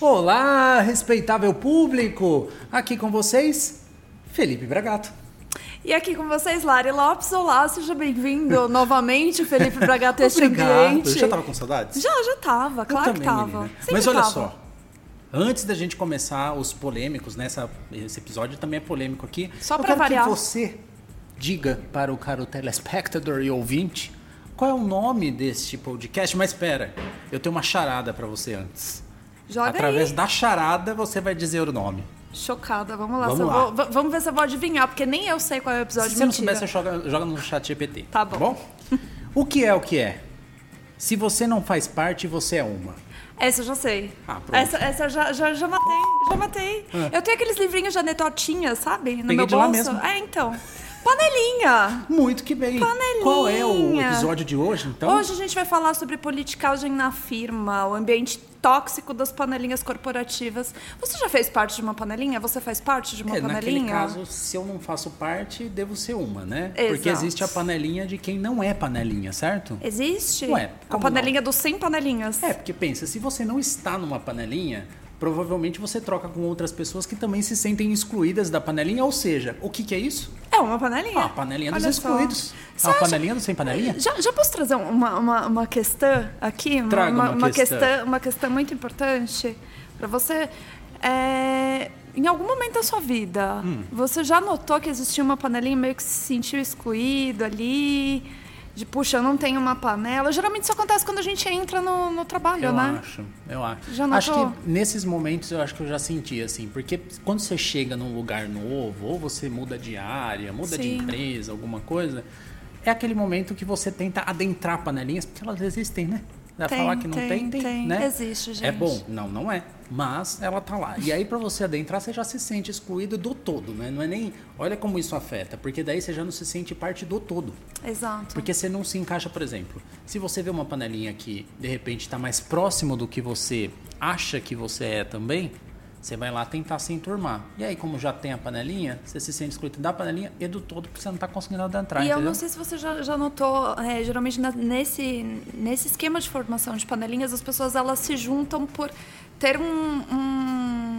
Olá, respeitável público! Aqui com vocês, Felipe Bragato. E aqui com vocês, Lari Lopes. Olá, seja bem-vindo novamente, Felipe Bragato, a este Obrigado. ambiente. Você já tava com saudades? Já, já tava, claro Eu também, que tava. menina. Sempre Mas olha tava. só, antes da gente começar os polêmicos, nessa, esse episódio também é polêmico aqui. Só eu pra quero variar. que você diga para o caro telespectador e ouvinte qual é o nome deste podcast. Mas espera, eu tenho uma charada para você antes. Joga Através aí. da charada você vai dizer o nome. Chocada, vamos lá. Vamos se eu lá. vou- v- vamos ver se eu vou adivinhar, porque nem eu sei qual é o episódio. Se você não mentira. souber, você joga, joga no chat GPT. Tá bom. O que é o que é? Se você não faz parte, você é uma. Essa eu já sei. Ah, pronto. É. essa essa eu já, já, já matei, já matei. Eu tenho aqueles livrinhos de anedotinha, sabe? No Peguei meu de lá bolso. mesmo. É, então. Panelinha! Muito que bem. Qual é o Panelinha. episódio de hoje, então? Hoje a gente vai falar sobre politicagem na firma, o ambiente tóxico das panelinhas corporativas. Você já fez parte de uma panelinha? Você faz parte de uma É, naquele panelinha? caso, se eu não faço parte, devo ser uma, né? Porque Exato. existe a panelinha de quem não é panelinha, certo? Existe? Ué, a como panelinha dos 100 panelinhas. É, porque pensa, se você não está numa panelinha, provavelmente você troca com outras pessoas que também se sentem excluídas da panelinha. Ou seja, o que, que é isso? É uma panelinha. Ah, a panelinha dos Olha só. excluídos. Ah, Você a acha- panelinha dos sem panelinha? Já, já posso trazer um, uma, uma, uma questão aqui? Uma- Traga uma uma, uma questão. questão. Uma questão muito importante para você. É, em algum momento da sua vida, Hum. você já notou que existia uma panelinha meio que se sentiu excluído ali? De, puxa, eu não tenho uma panela. Geralmente isso acontece quando a gente entra no, no trabalho, Eu né? acho, eu acho. Já acho notou? que nesses momentos eu acho que eu já senti assim, porque quando você chega num lugar novo, ou você muda de área, muda de Sim. empresa, alguma coisa, é aquele momento que você tenta adentrar panelinhas, porque elas existem, né? Vai Tem, falar que não tem, tem, tem. né? Existe, gente. É bom, não, não é. Mas ela tá lá. E aí pra você adentrar, você já se sente excluído do todo, né? Não é nem, olha como isso afeta, porque daí você já não se sente parte do todo. Exato. Porque você não se encaixa, por exemplo, se você vê uma panelinha que de repente está mais próximo do que você acha que você é também, você vai lá tentar se enturmar. E aí, como já tem a panelinha, você se sente excluído da panelinha e do todo, porque você não está conseguindo adentrar, E eu tá, entendeu? não sei se você já, já notou, é, geralmente na- nesse, nesse esquema de formação de panelinhas, as pessoas elas se juntam por ter um- um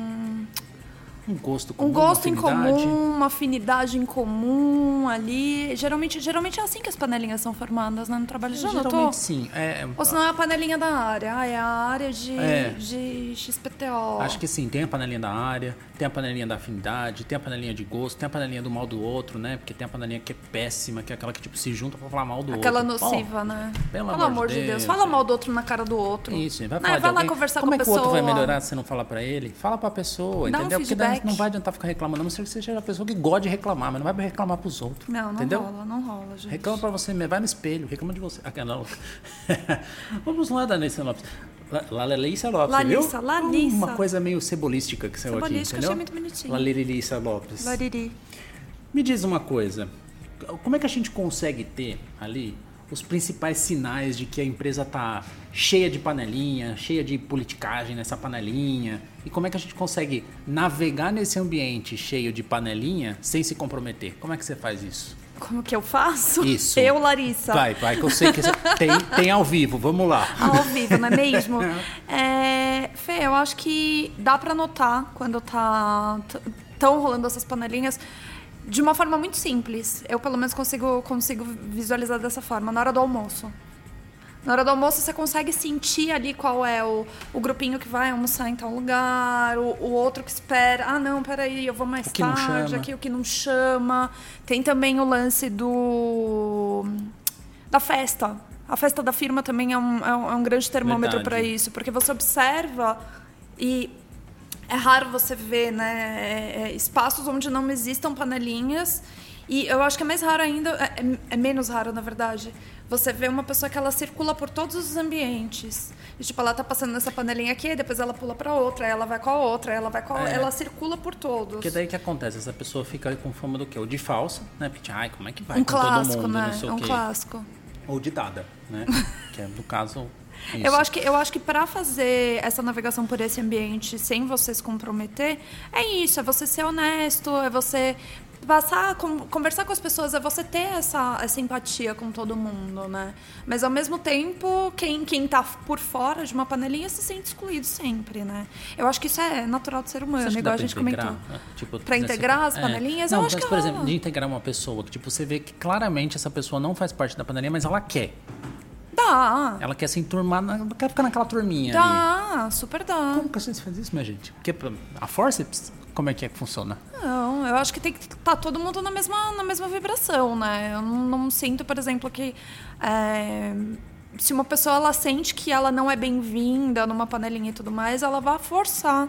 Um gosto comum, um gosto em uma afinidade. comum, uma afinidade em comum ali. Geralmente, geralmente é assim que as panelinhas são formadas, né? No trabalho já Geralmente notou? sim. É, Ou senão é a panelinha da área. Ah, é a área de, É. de XPTO. Acho que é sim, tem a panelinha da área, tem a panelinha da afinidade, tem a panelinha de gosto, tem a panelinha do mal do outro, né? Porque tem a panelinha que é péssima, que é aquela que tipo se junta pra falar mal do Aquela outro. Pô, nociva, né? pelo Fala, amor amor de de Deus. Deus, Fala é. mal do outro na cara do outro. Isso, vai Né? falar de Vai lá alguém. conversar Como com a é que pessoa. o outro vai melhorar se você não falar pra ele? Fala pra pessoa, Dá um entendeu? Porque daí feedback. não vai adiantar ficar reclamando, a não ser que você seja a pessoa que gosta de reclamar, mas não vai reclamar pros outros. Não, não entendeu? rola, não rola, gente. Reclama pra você mesmo, vai no espelho, reclama de você. Aquela louca. Vamos lá, Danessa Lopes. La- La- Lalícia Lopes, você Lalissa, viu? Lalissa. Uma coisa meio cebolística que saiu Cebolística, aqui, entendeu? achei muito bonitinho. Lalícia Lopes. Lariri. Me diz uma coisa, como é que a gente consegue ter ali os principais sinais de que a empresa tá cheia de panelinha, cheia de politicagem nessa panelinha? E como é que a gente consegue navegar nesse ambiente cheio de panelinha sem se comprometer? Como é que você faz isso? Como que eu faço? Isso. Eu, Larissa. Vai, vai, que eu sei que você tem, tem ao vivo, vamos lá. ao vivo, não é mesmo? É, Fê, eu acho que dá pra notar quando tá tão rolando essas panelinhas de uma forma muito simples. Eu pelo menos consigo consigo visualizar dessa forma na hora do almoço. Na hora do almoço, você consegue sentir ali qual é o, o grupinho que vai almoçar em tal lugar, o, o outro que espera. Ah, não, peraí, eu vou mais O que não tarde, chama. aqui o que não chama. Tem também o lance do. da festa. A festa da firma também é um, é um, é um grande termômetro Verdade. para isso, porque você observa e. É raro você ver né, é, é, espaços onde não existam panelinhas. E eu acho que é mais raro ainda, é, é- é menos raro, na verdade, você vê uma pessoa que ela circula por todos os ambientes. E, tipo, ela tá passando nessa panelinha aqui, aí depois ela pula pra outra, aí ela vai com a outra, aí ela vai com a... É. Ela circula por todos. Porque daí que acontece, essa pessoa fica com fama do quê? Ou de falsa, né? Porque, ai, como é que vai um com clássico, todo mundo, né? não sei É um o quê. clássico. Ou de dada, né? que é, no caso, isso. Eu acho que, eu acho que para fazer essa navegação por esse ambiente sem você se comprometer, é isso, é você ser honesto, é você passar, com- conversar com as pessoas, é você ter essa, essa empatia com todo mundo, né? Mas ao mesmo tempo, quem, quem tá por fora de uma panelinha se sente excluído sempre, né? Eu acho que isso é natural do ser humano, acha que dá igual a pra gente integrar? comentou. Ah, tipo, Pra nessa- integrar as panelinhas, não, eu acho mas, que por rola. exemplo, de integrar uma pessoa que tipo, você vê que claramente essa pessoa não faz parte da panelinha, mas ela quer. Dá, Ela quer se enturmar, na, quer ficar naquela turminha É, ali. dá, super dá. Como que a gente faz isso, minha gente? Porque pra- a forceps, como é que é que funciona? Não, eu acho que tem que estar todo mundo na mesma, na mesma vibração, né? Eu não, não sinto, por exemplo, que é, se uma pessoa ela sente que ela não é bem-vinda numa panelinha e tudo mais, ela vai forçar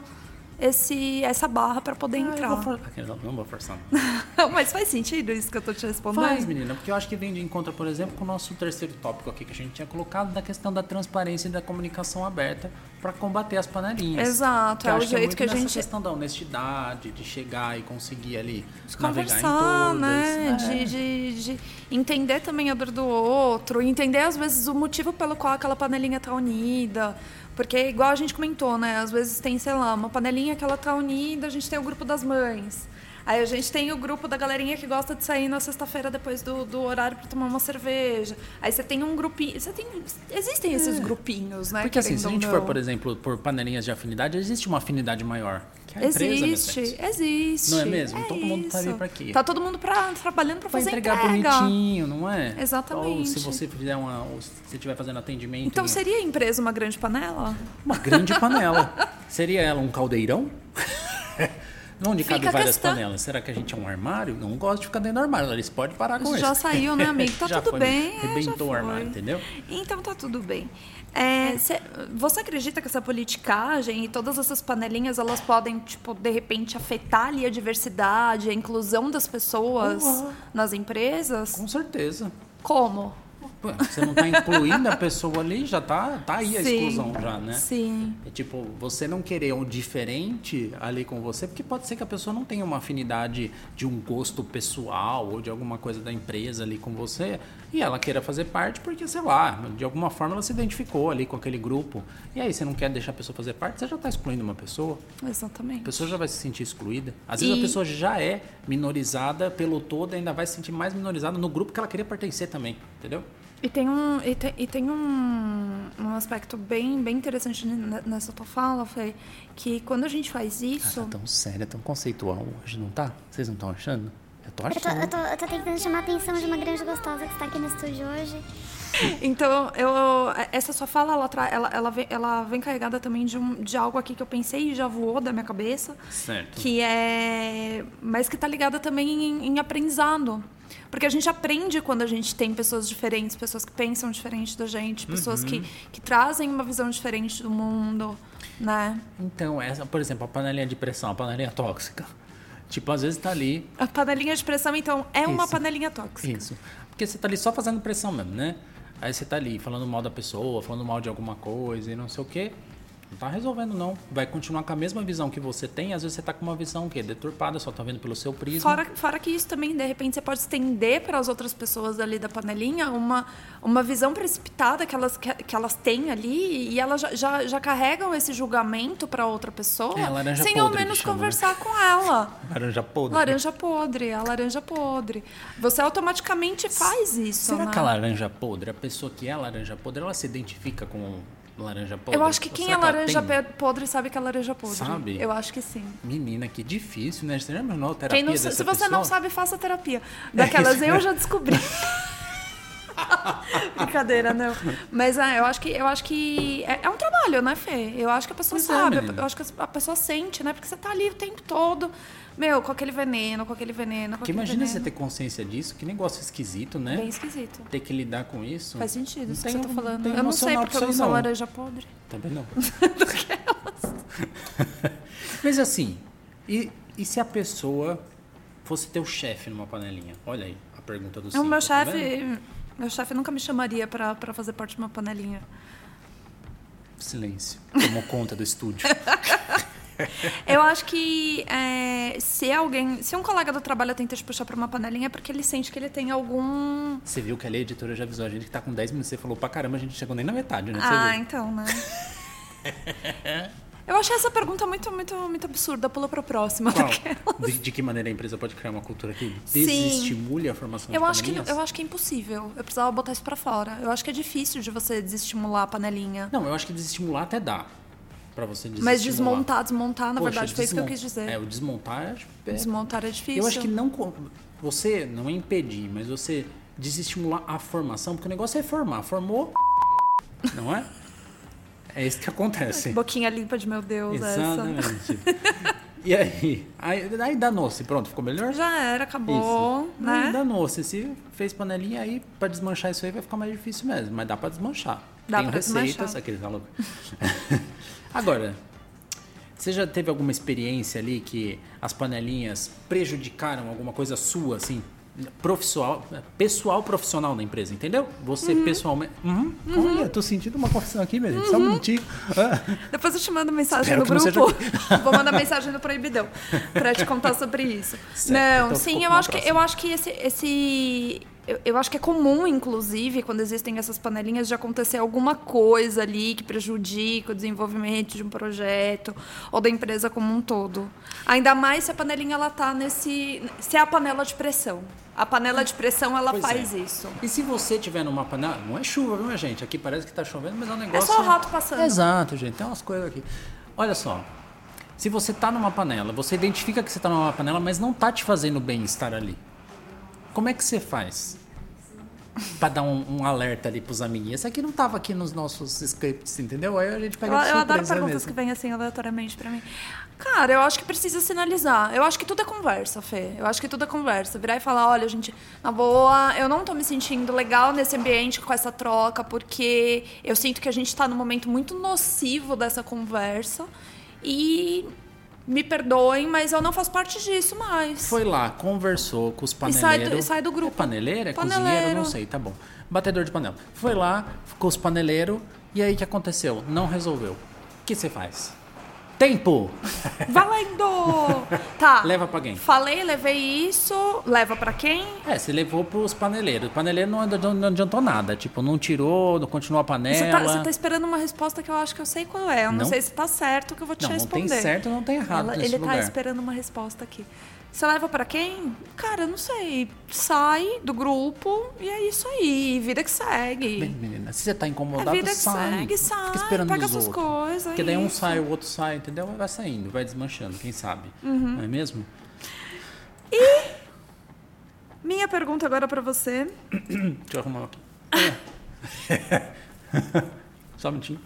esse, essa barra para poder Ah, eu entrar. vou for- Aquele lá, Não vou forçar. não. Mas faz sentido isso que eu tô te respondendo? Faz, menina, porque eu acho que vem de encontro, por exemplo, com o nosso terceiro tópico aqui que a gente tinha colocado, da questão da transparência e da comunicação aberta para combater as panelinhas. Exato, Que eu é o acho que é jeito muito que a nessa gente questão da honestidade, de chegar e conseguir ali navegar em conversar, todas. né? É. De, de, de entender também a dor do outro, entender às vezes o motivo pelo qual aquela panelinha tá unida. Porque, igual a gente comentou, né? Às vezes tem, sei lá, uma panelinha que ela tá unida, a gente tem o grupo das mães. Aí a gente tem o grupo da galerinha que gosta de sair na sexta-feira depois do, do horário para tomar uma cerveja. Aí você tem um grupinho. Você tem, existem esses grupinhos, né? É. Porque assim, se a querendo gente ou for, não. por exemplo, por panelinhas de afinidade, existe uma afinidade maior. Que é a empresa, minha Existe, gente. existe. Não é mesmo? Todo mundo tá ali isso. pra quê? Tá todo mundo pra, trabalhando pra Pra fazer entregar entrega. bonitinho, não é? Exatamente. Ou se você fizer uma. Ou se você estiver fazendo atendimento. Então em- seria a empresa uma grande panela? Uma grande panela. Seria ela um caldeirão? Onde Fica cabe a várias questão. panelas? Será que a gente é um armário? Não gosto de ficar dentro do armário. Eles podem parar com já isso. saiu, né, amigo? Tá Já tudo foi, bem. é, já Rebentou o foi. armário, entendeu? Então tá tudo bem. É, cê- você acredita que essa politicagem e todas essas panelinhas, elas podem, tipo, de repente afetar ali a diversidade, a inclusão das pessoas Uau. nas empresas? Com certeza. Como? Pô, Você não tá incluindo a pessoa ali, já tá, tá aí a Sim. exclusão já, né? Sim. É tipo, você não querer um diferente ali com você, porque pode ser que a pessoa não tenha uma afinidade de um gosto pessoal ou de alguma coisa da empresa ali com você, e ela queira fazer parte porque, sei lá, de alguma forma ela se identificou ali com aquele grupo. E aí você não quer deixar a pessoa fazer parte, você já está excluindo uma pessoa, a Exatamente. pessoa já vai se sentir excluída. Às vezes E- a pessoa já é minorizada pelo todo, ainda vai se sentir mais minorizada no grupo que ela queria pertencer também, entendeu? E tem um, e tem, e tem um, um aspecto bem, bem interessante ne- nessa tua fala, Fê, que quando a gente faz isso. é tão séria, tão conceitual hoje, não tá? Vocês não estão achando? Eu tô Eu tô, eu, tô, eu tô tentando chamar a atenção de uma grande gostosa que está aqui no estúdio hoje. Então, eu, essa sua fala, ela, tra- ela, ela, vem, ela vem carregada também de, um, de algo aqui que eu pensei e já voou da minha cabeça. Certo. Que é. Mas que tá ligada também em, em aprendizado. Porque a gente aprende quando a gente tem pessoas diferentes, pessoas que pensam diferente da gente, pessoas que, que trazem uma visão diferente do mundo, né? Então, essa, por exemplo, a panelinha de pressão, a panelinha tóxica. Tipo, às vezes tá ali. A panelinha de pressão, então, é uma Isso. panelinha tóxica. Isso. Porque você tá ali só fazendo pressão mesmo, né? Aí você tá ali falando mal da pessoa, falando mal de alguma coisa e não sei o quê. Não tá resolvendo, não. Vai continuar com a mesma visão que você tem, às vezes você tá com uma visão o quê? Deturpada, só tá vendo pelo seu prisma. Fora, fora que isso também, de repente, você pode estender para as outras pessoas ali da panelinha uma, uma visão precipitada que elas, que, que elas têm ali e elas já, já, já carregam esse julgamento para outra pessoa É, laranja sem ao podre que menos chama, né? conversar com ela. Laranja podre. Laranja podre, a laranja podre. Você automaticamente faz isso. Será né? que a laranja podre, a pessoa que é laranja podre, ela se identifica com laranja podre? Eu acho que Ou quem será é ela laranja tem? pe- podre sabe que é laranja podre. Sabe? Eu acho que sim. Menina, que difícil, né? Você já imaginou a terapia Quem não, dessa sa- se você não pessoa? É sabe, faça terapia. Daquelas eu já descobri. Brincadeira, não. Mas ah, eu acho que eu acho que é, é um trabalho, né, Fê? Eu acho que a pessoa Pois é, sabe, menina. eu acho que a pessoa sente, né? Porque você tá ali o tempo todo, meu, com aquele veneno, com aquele veneno, com Porque aquele imagina você veneno. ter consciência disso, que negócio esquisito, né? tá Bem esquisito. Ter que lidar com isso. Faz sentido Não isso que tem- um, você tá falando. tem Eu não sei emocional porque eu pra não isso sou aí, laranja podre. Também não. Tá Mas assim, e, e se a pessoa fosse teu chefe numa panelinha? Olha aí a pergunta do É o Cinco, meu tá vendo? chefe. Meu chefe nunca me chamaria pra, pra fazer parte de uma panelinha. Silêncio. Tomou conta do estúdio. Eu acho que é, se alguém. Se um colega do trabalho tenta te puxar pra uma panelinha, é porque ele sente que ele tem algum. Você viu que ali a editora já avisou a gente que tá com 10 minutos. Você falou pra caramba, a gente não chegou nem na metade, né? Você Ah, viu? então, né? Ah, então, Eu achei essa pergunta muito, muito, muito absurda. Pula pra próxima. Qual? De, de que maneira a empresa pode criar uma cultura que desestimule a formação Eu de acho, que, panelinhas? eu acho que é impossível. Eu precisava botar isso pra fora. Eu acho que é difícil de você desestimular a panelinha. Não, eu acho que desestimular até dá. Pra você desestimular. Mas desmontar, desmontar, na Poxa, verdade, foi isso que eu desmon- quis dizer. É, o desmontar acho que é Desmontar é difícil. Eu acho que não. co- Você não é impedir, mas você desestimular a formação, porque o negócio é formar. Formou. Não é? É isso que acontece. Boquinha limpa de meu Deus, essa. Exatamente. E aí? Aí, aí danou-se, pronto, ficou melhor? Já era, acabou, Isso. né? Aí danou-se. Se fez panelinha aí, pra desmanchar isso aí vai ficar mais difícil mesmo. Mas dá pra desmanchar. Dá Tem pra receitas, desmanchar. aquele tá louco. Agora, você já teve alguma experiência ali que as panelinhas prejudicaram alguma coisa sua, assim? Profissual, pessoal profissional da empresa, entendeu? Você pessoalmente. Uhum. Olha, tô sentindo uma confissão aqui, minha gente. Uhum. Só um minutinho. Depois eu te mando mensagem Espero no que não seja grupo. Vou mandar mensagem no Proibidão pra te contar sobre isso. Certo, não, então ficou sim, pra eu uma acho que eu próxima. acho que esse, esse eu, eu acho que é comum, inclusive, quando existem essas panelinhas, de acontecer alguma coisa ali que prejudica o desenvolvimento de um projeto ou da empresa como um todo. Ainda mais se a panelinha ela tá nesse, se é a panela de pressão. A panela de pressão ela Pois faz é. isso. E se você tiver numa panela, não é chuva, viu, minha gente? Aqui parece que tá chovendo, mas é um negócio. É só o rato passando. Exato, gente. Tem umas coisas aqui. Olha só. Se você tá numa panela, você identifica que você tá numa panela, mas não tá te fazendo bem estar ali. Como é que você faz? Pra dar um, um alerta ali pros amiguinhos. Esse aqui não tava aqui nos nossos scripts, entendeu? Aí a gente Eu, pega de eu É adoro surpresa perguntas mesmo. que vêm assim aleatoriamente pra mim. Cara, eu acho que precisa sinalizar. Eu acho que tudo é conversa, Fê. Eu acho que tudo é conversa. Virar e falar, olha, gente, na boa, eu não tô me sentindo legal nesse ambiente com essa troca, porque eu sinto que a gente tá num momento muito nocivo dessa conversa. E me perdoem, mas eu não faço parte disso mais. Foi lá, conversou com os E sai do- paneleiros. e sai do grupo. É paneleiro? É Paneleiro. cozinheiro? Não sei, tá bom. Batedor de panela. Foi lá, ficou os paneleiros, e aí o que aconteceu? Não resolveu. O que você faz? Tempo! Valendo! tá. Leva pra quem? Falei, levei isso. Leva pra quem? É, você levou pros paneleiros. O paneleiro não adiantou, não adiantou nada. Tipo, não tirou, não continuou a panela. Você tá, você tá esperando uma resposta que eu acho que eu sei qual é. Eu não, É, Não. sei se tá certo que eu vou te Não, não responder. tem certo, não tem errado Ela- nesse ele lugar. tá esperando uma resposta aqui. Você leva pra quem? Cara, eu não sei. Sai do grupo e é isso aí. Vida que segue. Bem, menina, se você tá É incomodado, vida que sai. segue, sai, Fica esperando pega os suas outros. coisas, Porque daí um isso. sai, o outro sai, entendeu? Vai saindo, vai desmanchando, quem sabe. Uhum. Não é mesmo? Minha pergunta agora pra você. Deixa eu arrumar aqui. Só um minutinho.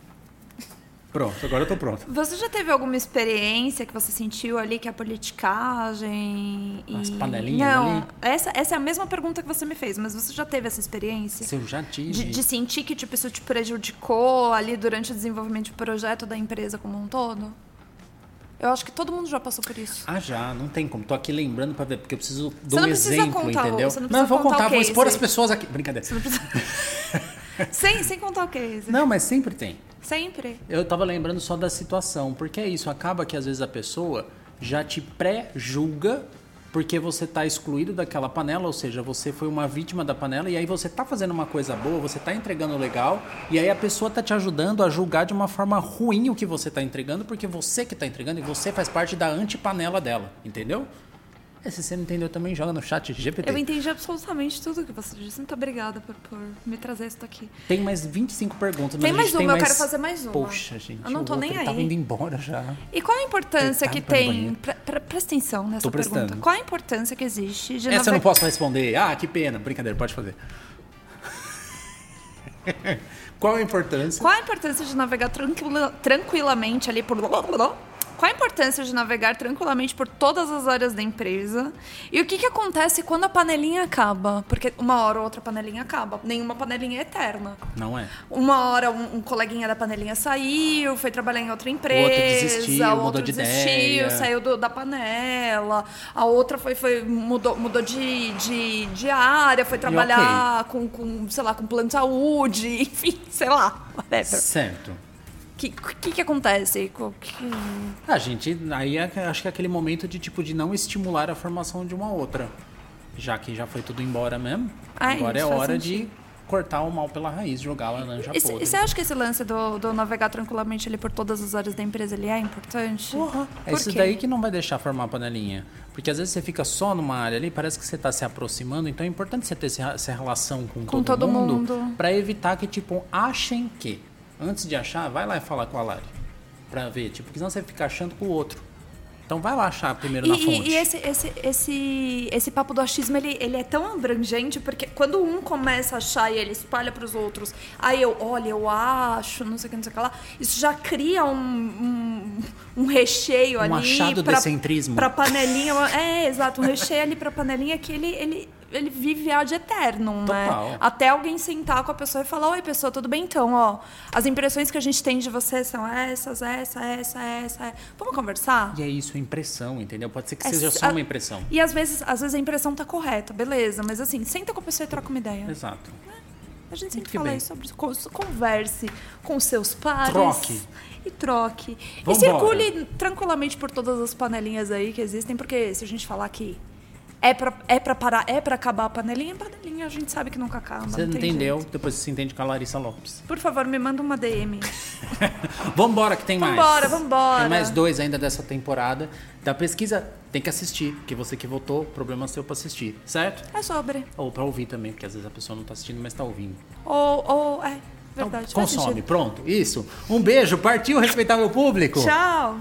Pronto, agora eu tô pronto. Você já teve alguma experiência que você sentiu ali que a politicagem. e- As panelinhas Não, ali? Essa, essa é a mesma pergunta que você me fez, mas você já teve essa experiência? Se eu já tive. De, de sentir que tipo, isso te prejudicou ali durante o desenvolvimento do projeto da empresa como um todo? Eu acho que todo mundo já passou por isso. Ah, já, não tem como. Tô aqui lembrando pra ver, porque eu preciso do não um precisa exemplo, contar o- entendeu? você não eu precisa vou contar o contar, vou case. expor as pessoas aqui. Brincadeira. sem, sem contar o case. Não, mas sempre tem. Sempre. Eu tava lembrando só da situação, porque é isso, acaba que às vezes a pessoa já te pré-julga porque você tá excluído daquela panela, ou seja, você foi uma vítima da panela e aí você tá fazendo uma coisa boa, você tá entregando legal, e aí a pessoa tá te ajudando a julgar de uma forma ruim o que você tá entregando, porque você que tá entregando e você faz parte da antipanela dela, entendeu? É, se você não entendeu também, joga no chat GPT. Eu entendi absolutamente tudo que você disse. Muito obrigada por, por me trazer isso daqui. Tem mais 25 perguntas, mas a Tem gente mais tem uma, eu mais... quero fazer mais uma. Poxa, gente, Eu não o tô outro, nem ele tava aí. indo embora já. E qual a importância Coitado, que tá no tem. banheiro. Pre, pre, presta atenção nessa Tô prestando. pergunta. Qual a importância que existe Essa de eu navega- não posso responder. Ah, que pena. Brincadeira, pode fazer. Qual a importância? Qual a importância de navegar tranquila- tranquilamente ali por. Qual a importância de navegar tranquilamente por todas as áreas da empresa? E o que, que acontece quando a panelinha acaba? Porque uma hora ou outra panelinha acaba. Nenhuma panelinha é eterna. Não é. Uma hora um, um coleguinha da panelinha saiu, foi trabalhar em outra empresa, desistiu, o mudou outro de desistiu, ideia. saiu do- da panela, a outra foi, foi mudou, mudou de, de, de área, foi trabalhar com, com, sei lá, com plano de saúde, enfim, sei lá, whatever. Certo. O que, que, que acontece? Co- que- A gente, aí é que- acho que é aquele momento de tipo de não estimular a formação de uma outra. Já que já foi tudo embora mesmo, Ah, agora é isso faz hora de cortar o mal pela raiz, jogar a laranja E Tá podre. você acha que esse lance do, do navegar tranquilamente ali por todas as áreas da empresa, ele é importante? Porra, é Por isso quê? daí que não vai deixar formar a panelinha. Porque às vezes você fica só numa área ali, parece que você tá se aproximando, então é importante você ter esse- essa relação com, Com todo mundo. Pra evitar que, tipo, achem que. Antes de achar, vai lá e falar com a Lari. Pra ver, tipo, porque senão você fica achando com o outro. Então vai lá achar primeiro E, na e- fonte. e esse, esse, esse, esse papo do achismo, ele, ele é tão abrangente, porque quando um começa a achar e ele espalha pros outros, aí eu, olha, eu acho, não sei o que, não sei o que lá, isso já cria um, um, um recheio Um ali. achado decentrismo. Pra panelinha, é, exato, um recheio ali pra panelinha que ele... ele ele vive ad eternum, né? Total. Até alguém sentar com a pessoa e falar: Oi, pessoa, tudo bem? Então, ó, as impressões que a gente tem de você são essas, essa, essa, essa. é. Vamos conversar? E é isso, é impressão, entendeu? Pode ser que É seja s- só a- uma impressão. E às vezes, às vezes a impressão tá correta, beleza. Mas assim, senta com a pessoa e troca uma ideia. Exato. A gente sempre que fala bem. isso sobre isso. Con- Converse com seus pares. Troque. E troque. Vambora. E circule tranquilamente por todas as panelinhas aí que existem, porque se a gente falar que é pra, é pra parar, é pra acabar a panelinha, a panelinha a gente sabe que nunca acaba. Você não tem entendeu, jeito. depois você entende com a Larissa Lopes. Por favor, me manda uma DM. Vambora que tem mais. Vambora, vambora. Tem mais dois ainda dessa temporada. Da pesquisa, tem que assistir, porque você que votou, problema seu pra assistir, certo? É sobre. Ou pra ouvir também, porque às vezes a pessoa não tá assistindo, mas tá ouvindo. Ou, ou é, Então, verdade. faz consome, sentido. pronto, isso. Um beijo, partiu, respeitável público. Tchau.